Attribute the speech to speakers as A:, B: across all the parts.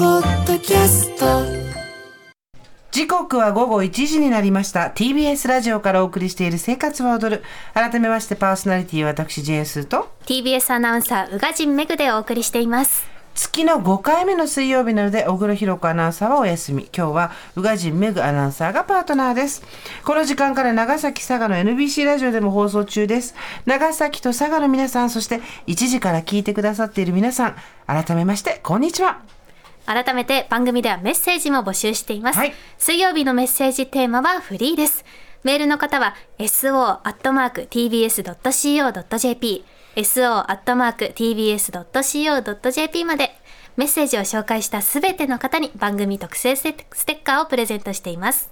A: キャスト
B: 時刻は午後1時になりました TBS ラジオからお送りしている「生活は踊る」改めましてパーソナリティは私ジェーンスーと
C: TBS アナウンサー宇賀神メグでお送りしています
B: 月の5回目の水曜日なので小黒弘子アナウンサーはお休み今日は宇賀神メグアナウンサーがパートナーですこの時間から長崎佐賀の NBC ラジオでも放送中です長崎と佐賀の皆さんそして1時から聞いてくださっている皆さん改めましてこんにちは
C: 改めて番組ではメッセージも募集しています、
B: はい
C: 水曜日のメッセージテーマはフリーですメールの方は so.tbs.co.jp so.tbs.co.jp までメッセージを紹介したすべての方に番組特製ステッカーをプレゼントしています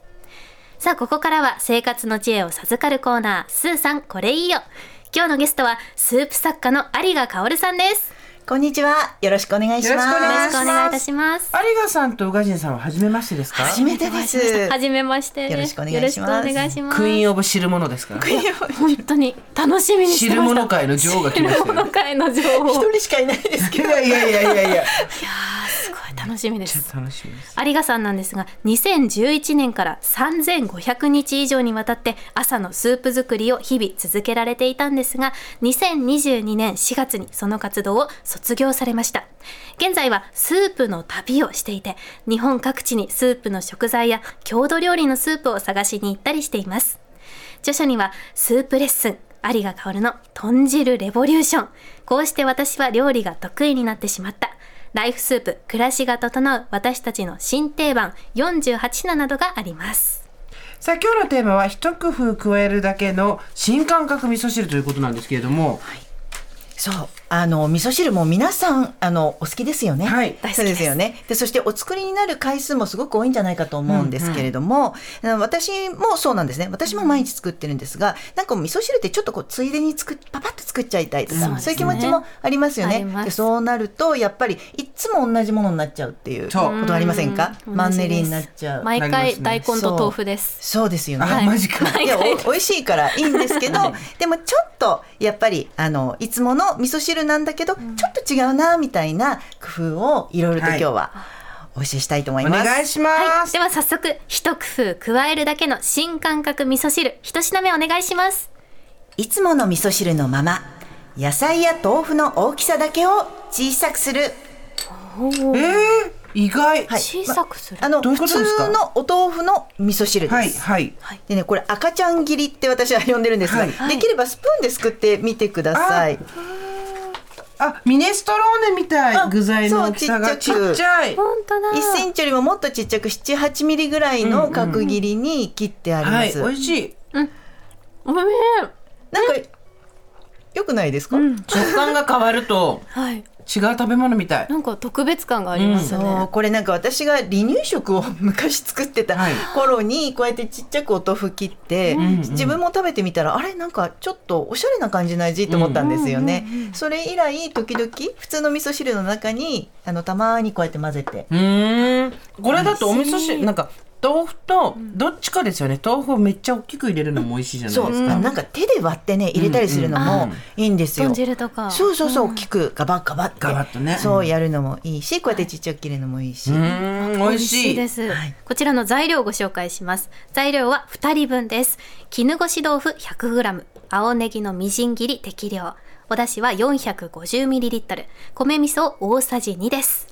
C: さあここからは生活の知恵を授かるコーナースーさんこれいいよ今日のゲストはスープ作家の有賀薫さんです
D: こんにちは。よろしくお願いしま
B: よろ
D: す。
B: しくお
C: よ
B: 願
C: ろしくお願いいたします
B: 有賀さんと宇賀神さんは初めましてですか
D: 初めてです。
C: はじめまして。
D: よろしくお願いします
C: よろしくお願いします
B: クイーンオブ知るものですから
C: 本当に楽しみにし
B: 知
C: て
B: る
C: ま
B: も
C: し
B: の
C: た。
B: 界の女王が来ましたよ
C: の会の情報。
D: 一
C: すごい
D: 人しかいないですけ
B: い
D: ど。
B: やいやいやいやいや
C: 楽しみです。
B: 楽しみです
C: 有賀さんなんですが2011年から3500日以上にわたって朝のスープ作りを日々続けられていたんですが2022年4月にその活動を卒業されました現在はスープの旅をしていて日本各地にスープの食材や郷土料理のスープを探しに行ったりしています著書にはスープレッスン有賀薫の豚汁レボリューションこうして私は料理が得意になってしまったライフスープ暮らしが整う私たちの新定番48品などがあります
B: さあ今日のテーマは一工夫加えるだけの新感覚味噌汁ということなんですけれども、
D: そう。あの、味噌汁も皆さん、あの、お好きですよね。
B: はい
C: 大好きです
D: そうですよね。で、そしてお作りになる回数もすごく多いんじゃないかと思うんですけれども、あの私もそうなんですね。私も毎日作ってるんですが、なんか味噌汁ってちょっとこう、ついでに作っ、パパッと作っちゃいたいとか、
C: そ
D: そうう
C: ですね
D: いう気持ちもありますよ
C: あり
D: ね
C: ま。す
D: でそうなると、やっぱり、いつも同じものになっちゃうっていうこ
B: そう
D: とありませんか
C: うん
D: マンネリになっちゃう。
C: 毎
B: なりま
C: 回
B: すね
C: 大根と豆腐です
D: そうですよね。
B: あ、
C: はい
B: マジか、
D: いやお美味しいからいいんですけどでもちょっとやっぱりあのいつもの味噌汁なんだけど、ちょっと違うなみたいな工夫をいろいろと今日はお教えしたいと思い
B: お
D: ます。
B: 願いしま
C: はい、
B: す、
C: では早速一工夫加えるだけの新感覚味噌汁一品目お願いします
D: いつもの味噌汁のまま野菜や豆腐の大きさだけを小さくする。
B: 意外、
D: はい
C: 小さくする
D: まあの
B: どういう
D: 普
B: ことですか
D: 通のお豆腐の味噌汁です。
B: はいはい
D: でね、これ赤ちゃん切りって私は呼んでるんですが、
B: は
D: できればスプーンですくってみてください。
B: あミネストローネみたい
D: あ
B: 具材の
D: そう
B: 大きさがち
D: ち
B: っ
D: っちゃく
B: ちゃい
C: 本当だ
D: 1センチよりももっとちっちゃく7、8ミリぐらいの角切りに切ってあり
B: は
D: ま
B: い
D: す。
B: 美味しい
C: おめめ
D: なんか、良くないですか、
B: 食感が変わると
C: はい
B: 違う食べ物みたい
C: なんか特別感がありますよね、
D: そうこれなんか私が離乳食を昔作ってた
B: はい
D: 頃にこうやってちっちゃくお豆腐切って、自分も食べてみたらあれなんかちょっとおしゃれな感じの味と思ったんですよね、それ以来時々普通の味噌汁の中にあのたまにこうやって混ぜて
B: うーんこれだとお味噌汁なんか豆腐とどっちかですよね豆腐をめっちゃ大きく入れるのも美味しいじゃない
D: そう、
B: ですか、
D: なんか手で割ってね入れたりするのもいいんですよ、
C: 豚汁とか
D: そうそうそう、大きくガバッガバッて
B: ガバッとね
D: そうやるのもいいしこうやってちっちゃく切るのもいいし、
B: うーん美味しい
C: です、こちらの材料をご紹介します材料は2人分です絹ごし豆腐 100g 青ネギのみじん切り適量お出汁は 450ml 米味噌大さじ2です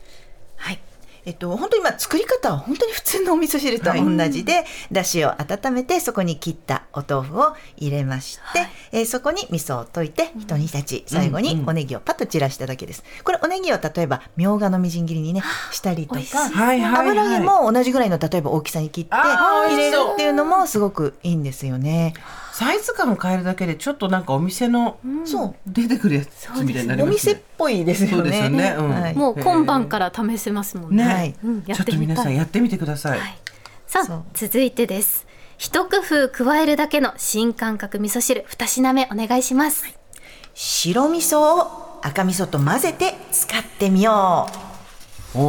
D: はい。えっと、本当に今作り方は本当に普通のお味噌汁と同じで、だしを温めてそこに切ったお豆腐を入れまして、えーそこに味噌を溶いて一煮立ち最後におネギをパッと散らしただけです。これおネギを例えばみょうがのみじん切りにねしたりとか
C: 美味しい
B: はいはい、はい、
D: 油揚げも同じぐらいの例えば大きさに切って
B: あー美
D: 入
B: 味
D: れ
B: し
D: る
B: そう
D: っていうのもすごくいいんですよね。
B: サイズ感を変えるだけでちょっとなんかお店の
D: そう
B: 出てくるやつみたいになり
D: お
B: ます
D: 店
B: ね
D: っぽいです
B: そう
D: よ
B: ですよ
D: ね。
B: ねうん
D: はい
C: もう今晩から試せますもんね
B: ね、
D: はい
C: うんや
B: ちょ
C: っ
B: っと
C: てみたい
B: 皆さんやってみてください、
C: はいさ
D: そ
C: あ
D: う
C: 続いてです一工夫加えるだけの新感覚味噌汁2品目お願いします、
D: 白味噌を赤味噌と混ぜて使ってみよう。
B: お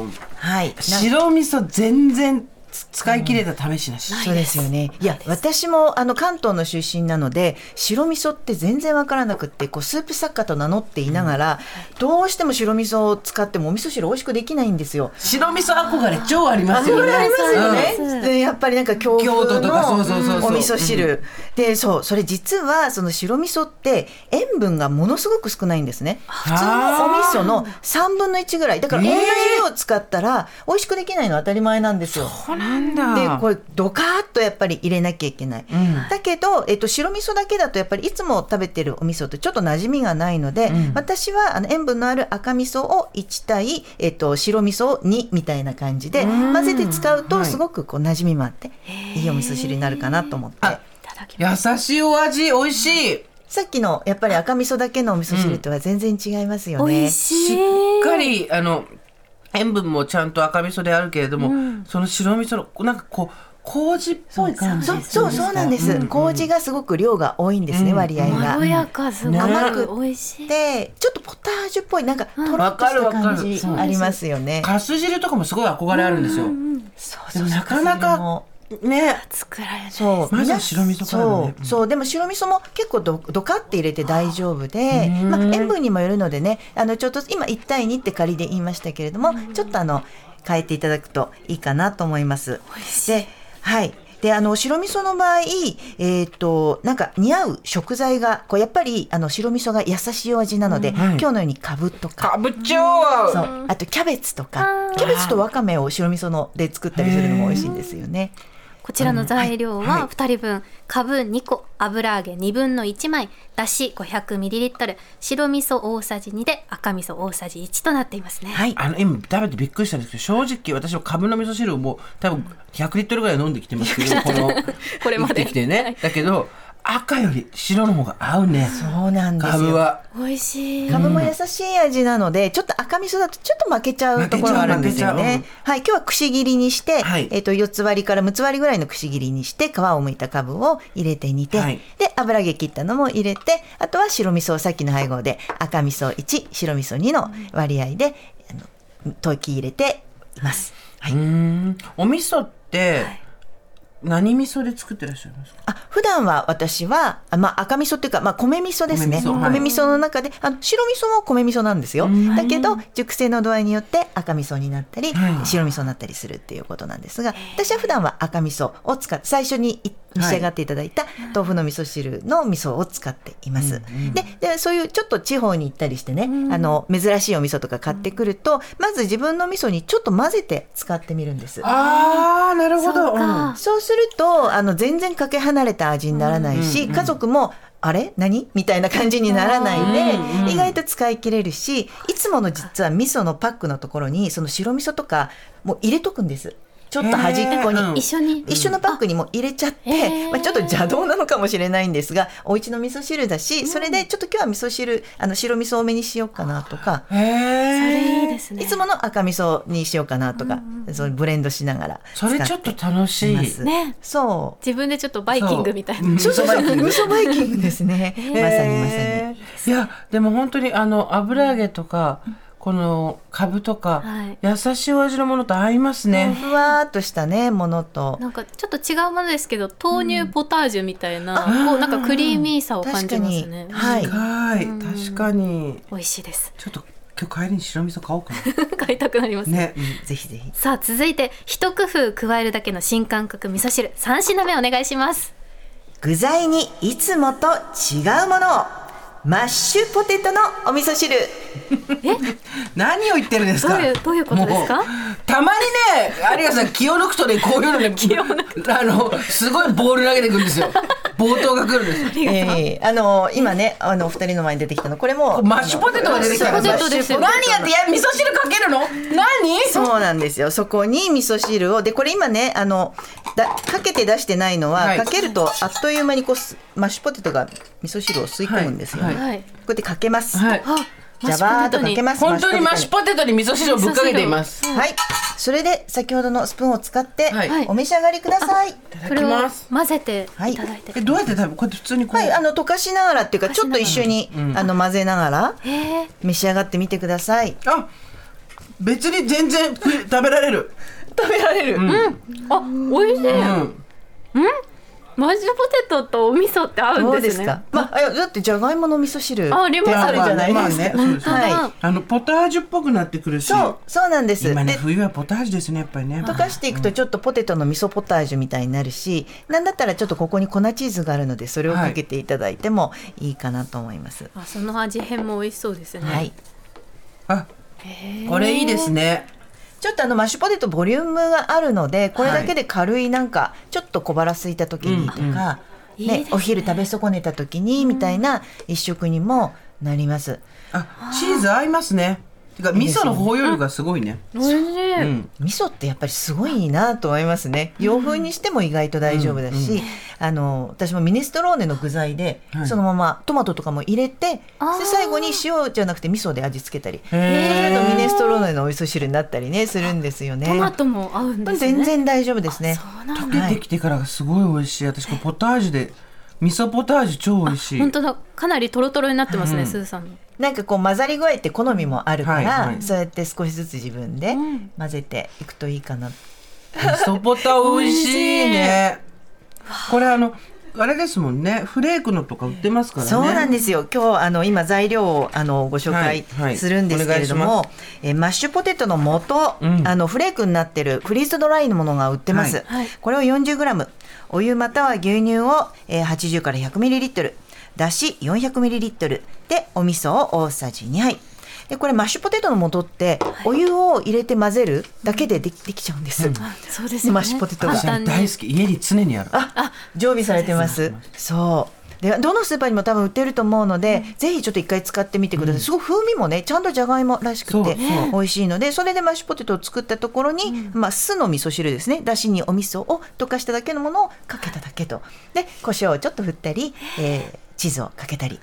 B: お
D: はい。
B: 白味噌全然つ使い切れた試しなし。
C: ない
D: そうですよね。いや、私もあの関東の出身なので、白味噌って全然わからなくって、こうスープ作家と名乗っていながら、どうしても白味噌を使ってもお味噌汁美味しくできないんですよ。
B: 白味噌憧れ超ありますよね。
D: ありますよね
C: うん
D: でやっぱりなんか京風の
B: 郷土とかそうそうそうそう
D: お味噌汁、でそうそれ実はその白味噌って塩分がものすごく少ないんですね普通のお味噌の3分の1ぐらいだから同じ量を使ったら美味しくできないのは当たり前なんですよ、
B: そうなんだ。
D: でこれドカーッとやっぱり入れなきゃいけない、だけど、えっと、白味噌だけだとやっぱりいつも食べてるお味噌とちょっと馴染みがないので、私はあの塩分のある赤味噌を1対、えっと、白味噌を2みたいな感じで混ぜて使う
B: は
D: と
B: い
D: すごくこう馴染みもあって、い、いお味噌汁になるかなと思って。
B: あ
C: いただきます
B: 優しいお味、美味しい。
D: さっきのやっぱり赤味噌だけのお味噌汁とは全然違いますよね。
C: 美味しい
B: しっかり、あの、塩分もちゃんと赤味噌であるけれども、その白味噌の、なんかこう、麹っぽい感じ。
D: そうそうそうなんです、麹がすごく量が多いんですね、
B: うん
D: 割合が。
C: まろやかすご
D: ね
C: く美味しい、
D: でちょっとポタージュっぽいなんか
C: うん
D: とろっとした
B: わかるわ
D: 感
B: かる
D: じ
B: そう
D: ありますよね。
B: かす汁とかもすごい憧れあるんですよ。で
D: そう
B: もなかなか、ね。
C: 作られない
D: そう
B: まずは
D: 皆
B: 白味噌からだね
D: そうそうでも白味噌も結構どどかって入れて大丈夫で、まあ、塩分にもよるのでねあのちょっと今1対2って仮で言いましたけれども、ちょっとあの変えていただくといいかなと思います。ではいであの白味噌の場合、えー、となんか似合う食材がこうやっぱりあの白味噌が優しいお味なので、今日のようにかぶとか
B: かぶっちょ
D: そううあとキャベツとかキャベツとわかめを白味噌ので作ったりするのも美味しいんですよね。
C: こちらの材料
B: はい
C: は2人分、かぶ2個、油揚げ2分の1枚、だし 500ml、白味噌大さじ2で赤味噌大さじ1となっていますね。
D: はい
B: あの、今食べてびっくりしたんですけど、正直私は株の味噌汁をもう多分100リットルぐらい飲んできてますけど、この、
C: これま
B: 生
C: で
B: きてきてね。だけど、赤より白の方が合うね。
D: そうなんですよ
B: 株は。
C: 美味しい。
D: カブも優しい味なので、ちょっと赤味噌だとちょっと負けちゃうところがあるんですよ
B: 負けちゃう負
D: ね
B: け。
D: はい、今日はくし切りにして、
B: はい
D: えっ、と、四つ割りから六つ割りぐらいのくし切りにして、皮を剥いたカブを入れて煮て、
B: はい
D: で、油揚げ切ったのも入れて、あとは白味噌をさっきの配合で、赤味噌1、白味噌2の割合で、あの、溶き入れています。はいう
B: ーんお味噌って、何味噌で作ってらっしゃいますか。
D: あ普段は私は、あまあ、赤味噌っていうか、まあ、米味噌ですね
B: 米味噌
D: 米味,、
B: はい
D: 噌の中であの白味噌も米味噌なんですよだけど熟成の度合いによって赤味噌になったり、
B: はい
D: 白味噌になったりするっていうことなんですが私は普段は赤味噌を使って最初にい召し上がっていただいた豆腐の味噌汁の味噌を使っています、ででそういうちょっと地方に行ったりしてね、あの珍しいお味噌とか買ってくるとまず自分の味噌にちょっと混ぜて使ってみるんです
B: ああ、なるほど。
C: そうか
D: そうするとあの全然かけ離れた味にならないし、家族も「あれ何?」みたいな感じにならないで、意外と使い切れるしいつもの実は味噌のパックのところにその白味噌とかもう入れとくんですちょっと端っこに。
B: へーうん
C: 一緒に。
D: 一緒のパックにも入れちゃって、
C: へー
D: まあ、ちょっと邪道なのかもしれないんですがお家の味噌汁だしそれでちょっと今日は味噌汁あの白味噌多めにしようかなとか
B: うん。へ
C: そ
B: え。
C: れいいですね。
D: いつもの赤味噌にしようかなとか、そのブレンドしながら
B: それちょっと楽しい。
D: ます
C: ね。
D: そう
C: 自分でちょっとバイキングみたいな。
D: そうそうそう、味噌バイキングです ね。まさにまさに。
B: に。いや、でも本当にあの油揚げとか、このかぶとか、
C: はい
B: 優しいお味のものと合いますね。
D: ふわーっとしたね、ものと。
C: なんかちょっと違うものですけど、豆乳ポタージュみたいな、こうなんかクリーミーさを感じますね
D: 確。かには
B: はい、確かに。
C: 美味しいです。
B: ちょっと今日帰りに白味噌買おうか
C: 買いたくなります
B: な。ね。
D: ぜひぜひ。
C: さあ続いて一工夫加えるだけの新感覚味噌汁3品目お願いします
D: 具材にいつもと違うものを。マッシュポテトのお味噌汁。
B: 何を言ってるんですか
C: どういうどういうことですか
B: もうたまにね有賀さん気を抜くとねこういうのねあのすごいボール投げてくるんですよ冒頭が来るんですよ
D: ええあの今ね、あのお二人の前に出てきたの、これも。
B: マッシュポテトが出てきた
D: マ
B: の
D: ッシュ
C: ポテトですよ
B: 何やっていや味噌汁かけるの何
D: そうなんですよ。そこに味噌汁を、で、これ今ね、あの。だ、かけて出してないのは、
B: はい
D: かけるとあっという間にこうす、マッシュポテトが味噌汁を吸い込むんですよ、ね
B: はい
C: はい
D: こうやってかけます。
B: はい
C: あ
D: じゃばーっとかけます。
B: 本当にマッシュ
D: ポテトに
B: ポテトに味噌汁をぶっかけていますい
D: はい。それで先ほどのスプーンを使って
B: はい
C: はい
D: お召し上がりください。
B: ただ
C: これ
B: き
C: を
B: ます
C: 混ぜていただいて、
B: えどうやって食べこうやって普通にこう、
D: はい、あの溶かしながらっていうか
C: 溶かし
D: ちょっと一緒にあの混ぜながら
C: へー
D: 召し上がってみてください。
B: あ別に全然食べられる
D: 食べられる、
C: あ、美味しい。
B: うん
C: マッシュポテトとお味噌って合
D: ど
C: う
D: うん
C: で
D: ですす
C: ね。
D: か、まあ、いやだってじゃがいもの味噌汁
C: あ、あります
D: あるじゃないですか
B: まあねそうですね
D: はい
C: はい。
B: あのポタージュっぽくなってくるし
D: そうそうなんです、
B: 今ね
D: で
B: 冬はポタージュですねやっぱりね
D: 溶かしていくとちょっとポテトの味噌ポタージュみたいになるしなんだったらちょっとここに粉チーズがあるのでそれをかけていただいてもいいかなと思います。
C: あ、その味変も美味しそうですね。
D: はい、
B: あ
C: へー
B: これいいです。ね
D: ちょっとあのマッシュポテトボリュームがあるのでこれだけで軽いなんかちょっと小腹空いた時にと
B: うんうん
D: か、
C: いいです
D: ね
C: ね
D: お昼食べ損ねた時にみたいな一食にもなります。
B: あチーズ合いますねてか味噌の包容力がすごいね
C: 美味しい。
B: うん
D: 味噌ってやっぱりすごいなと思いますね洋風にしても意外と大丈夫だし、あの私もミネストローネの具材で、
B: はい
D: そのままトマトとかも入れてで
C: あー
D: 最後に塩じゃなくて味噌で味付けたり
B: へ
D: そうすると
B: ー
D: ミネストローネのお味噌汁になったりねするんですよね
C: トマトも合うんですね。
D: 全然大丈夫ですね
C: そうなんだ。
B: 溶けてきてからがすごい美味しい私これポタージュで味噌ポタージュ超美味しい
C: 本当だ。かなりトロトロになってますね、スーさんの。
D: なんかこう混ざり具合って好みもあるから、
B: はいはい
D: そうやって少しずつ自分で
C: うん
D: 混ぜていくといいかな、
B: 味噌ポタ美味しいねこれあのあれですもんねフレークのとか売ってますからね
D: そうなん
B: で
D: ですよ今日あの今材料をあのご紹介
B: はいはい
D: するんですけれども、
B: お願い
D: えーマッシュポテトの素、
B: うん
D: あのフレークになってるフリーズドライのものが売ってます、
B: はい
C: はい
D: これを 40g お湯または牛乳を、えー80から 100ml だし 400ml でお味噌を大さじ2杯でこれマッシュポテトの素って、お湯を入れて混ぜるだけでできできちゃうんです、
C: あそうですよね。
D: マッシュポテトが
C: 簡単に
B: 大好き家に常にある
D: あ、常備されてます。そう。でどのスーパーにも多分売ってると思うので、ぜひちょっと一回使ってみてください、すごい風味もねちゃんとじゃがいもらし
B: そ
D: く
B: うそ
D: て
B: う
D: 美味しいのでそれでマッシュポテトを作ったところに、まあ、酢の味噌汁ですねだしにお味噌を溶かしただけのものをかけただけとで胡椒をちょっと振ったり、えーチーズをかけたり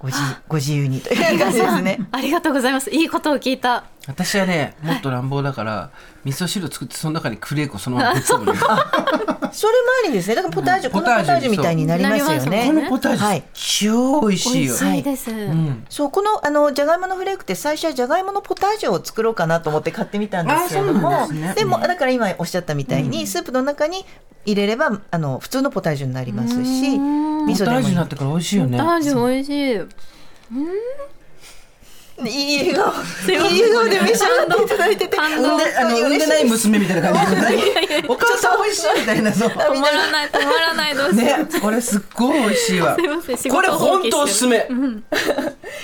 D: ご自ご自由にという感じですね。
C: ありがとうございます。いいことを聞いた。
B: 私はねもっと乱暴だから、味噌汁作ってその中にフレークをそのままぶっ込むのよ
D: それもありですねだからポタージュ、
B: うん
D: このポタージュみたいになりますよ
C: ポタージュに
D: ね。
C: そ
B: こ
C: う
B: のポタージュ、
D: はい
B: 超美味しい
C: 美味
B: よ
C: しいです。
B: うん、
D: そうこのあのじゃがいものフレークって最初はじゃがいものポタージュを作ろうかなと思って買ってみたんですけれど
B: あ
D: も
B: そうなんですね
D: もだから今おっしゃったみたいに、スープの中に入れればあの普通のポタージュになりますし
C: うん
B: ポ
D: 味
B: タ
D: 噌で
B: ージュ
D: もい
B: に
D: い
B: なってから美味しいよね
C: ポタージュ美味しい。
D: いい笑顔
C: いません
D: いい笑顔で召し上がっていただいてて
C: 感
B: 産ん
C: 動
D: 本
B: であの
D: 当に
B: 産ん
D: 嬉
B: で
D: しい
B: ない娘みたいな感じでお母さん美味しいみたいなそう
C: 止まらない、止まらない、どうしよ
B: ねこれすっごい美味しいわ
C: う。すいません、仕
B: これ
C: 事を放
B: 本
C: 棄して
B: 当おすすめ、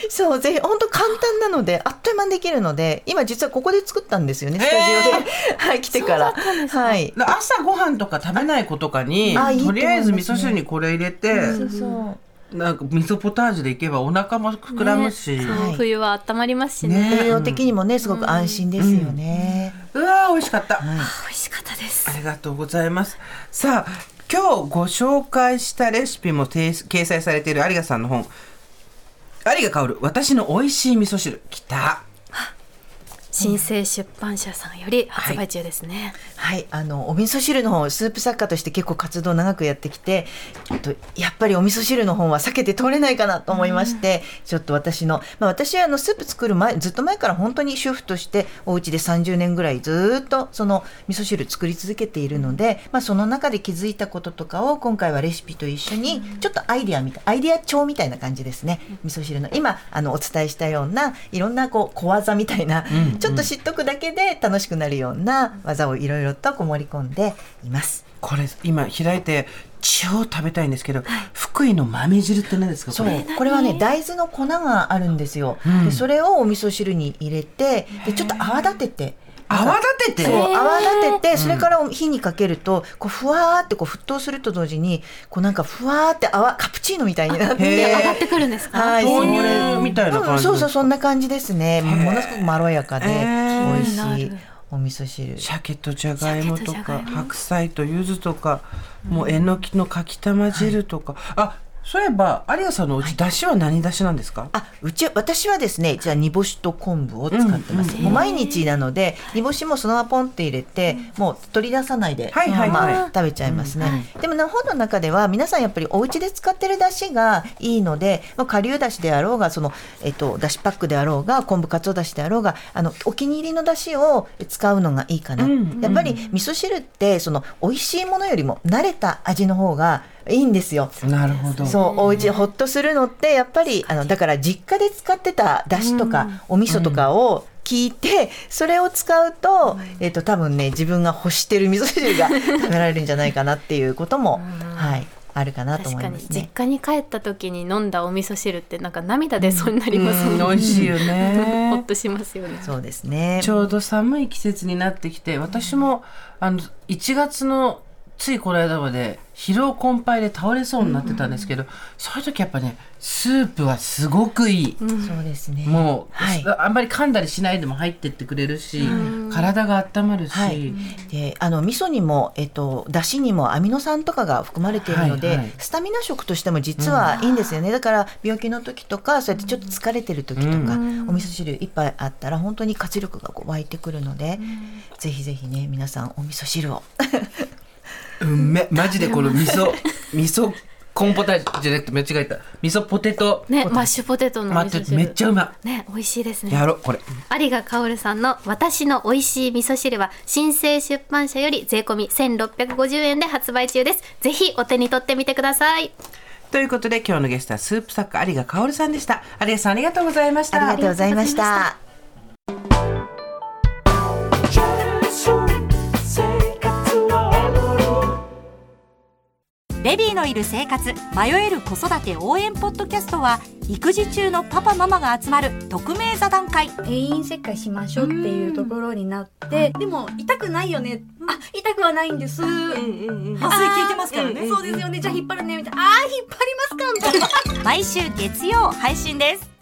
D: そうぜひ本当簡単なのであっという間にできるので今実はここで作ったんですよねスタジオで、 はい来てからはい
B: 朝ごはんとか食べない子とかに
D: あいいと
B: と
D: 思いますね
B: りあえず味噌汁にこれ入れて、
D: そう
B: なんか味噌ポタージュでいけばお腹も膨らむし、
C: ねそう
D: はい
C: 冬は温まりますしね。
B: ね
D: 栄養的にもねすごく安心ですよね、
B: うわー美味しかった、
D: はい
C: 美味しかったです
B: あ。りがとうございますさあ今日ご紹介したレシピも提出掲載されている有賀さんの本「有賀薫私の美味しい味噌汁」きた
C: 新生出版社さんより発売中ですね。
D: はい、あのお味噌汁の本スープ作家として結構活動長くやってきてえっとやっぱりお味噌汁の本は避けて通れないかなと思いまして、ちょっと私の、まあ、私はあのスープ作る前ずっと前から本当に主婦としてお家で30年ぐらいずっとその味噌汁作り続けているので、まあ、その中で気づいたこととかを今回はレシピと一緒にちょっとアイディアみたいアイディア帳みたいな感じですね味噌汁の今あのお伝えしたようないろんなこう小技みたいな、ちょっと知っとくだけで楽しくなるような技をいろいろとこう盛り込んでいます。
B: これ今開いて超食べたいんですけど、福井の豆汁って何ですか
D: そ
B: こ
D: う
B: れ
D: これはね大豆の粉があるんですよ、でそれをお味噌汁に入れてでちょっと泡立てて
B: 泡立てて
D: そう
C: へー
D: 泡立ててそれから火にかけるとこうふわーってこう沸騰すると同時にこうなんかふわーって泡カプチーノみたいになっ
B: へ
D: て
B: ー
C: 上がってくるんですか。
D: はい
B: 豆乳みたいな
D: う
B: 感
D: ん、
B: じ、
D: そうそうそんな感じですねもうものすごくまろやかで
B: へ
D: 美
B: ー
D: 味
C: 気
D: し
C: に
D: い
C: なる
D: お味噌汁
B: 鮭とじゃがいもと
C: 鮭とじゃが
B: か
C: いも
B: 白菜と柚子とかもうえのきのかきたま汁とか、あそういえば有賀さんのうちだしは何だしなんですか、
D: あうち私はですねじゃあ煮干しと昆布を使ってます、
C: うん
D: もう毎日なので煮干しもそのままポンって入れて、もう取り出さないで、
B: はいはい
D: まあ
B: はい
D: まあ食べちゃいますね、でもな本の中では皆さんやっぱりお家で使ってる出汁がいいので、まあ、顆粒だしであろうがその、えっと、だしパックであろうが昆布かつおだしであろうがあのお気に入りのだしを使うのがいいかな、
B: うん
D: やっぱり味噌汁ってその美味しいものよりも慣れた味の方がいいんですよ。
B: なるほど
D: そうお家ほっとするのってやっぱりあのだから実家で使ってただしとかお味噌とかを聞いてそれを使うとえっと多分ね自分が欲してる味噌汁が食べられるんじゃないかなっていうこともはいあるかなと
C: 確
D: 思
C: か
D: い
C: に
D: ますね
C: 実。家に帰った時に飲んだお味噌汁ってなんか涙出そうになります
B: うん
C: ね、
B: 美味しいよ
C: ほ
B: ね
C: っとしますよね
D: そうですね。
B: ちょうど寒い季節になってきて私もあの1月のついこの間まで疲労困憊で倒れそうになってたんですけど、そういう時やっぱねスープはすごくいい。
D: そうですね。
B: もう、
D: はい
B: あんまり噛んだりしないでも入ってってくれるし、体が温まるし、
D: はい、であの味噌にも、えっと、だしにもアミノ酸とかが含まれているので、
B: はいはい
D: スタミナ食としても実はいいんですよね、だから病気の時とかそうやってちょっと疲れてる時とか、お味噌汁一杯あったら本当に活力がこう湧いてくるので、ぜひぜひね皆さんお味噌汁を
B: うんめマジでこの味噌 味噌コンポタージュじゃなくて間違えた味噌ポテト
C: ねマッシュポテトのお
B: 待
C: 味噌
B: って
C: 汁
B: めっちゃうま
C: ね美味しいです
B: い
C: ね
B: やろうこれ
C: 有賀薫さんの「私の美味しい味噌汁」は新生出版社より税込み1650円で発売中ですぜひお手に取ってみてください
B: ということで今日のゲストはスープ作家有賀薫さんでした有賀さんありがとうございまし
D: あり
B: た
D: がとうございま
C: あ
D: し
C: りがとうございま
D: た。
A: ベビーのいる生活迷える子育て応援ポッドキャストは育児中のパパママが集まる匿名座談会
E: 定員切開しましょうっていうところになって、でも痛くないよね、あ痛くはないんです、麻酔効いてますからね、そうですよねじゃあ引っ張るねみたいなあー引っ張りますかみたいな
A: 毎週月曜配信です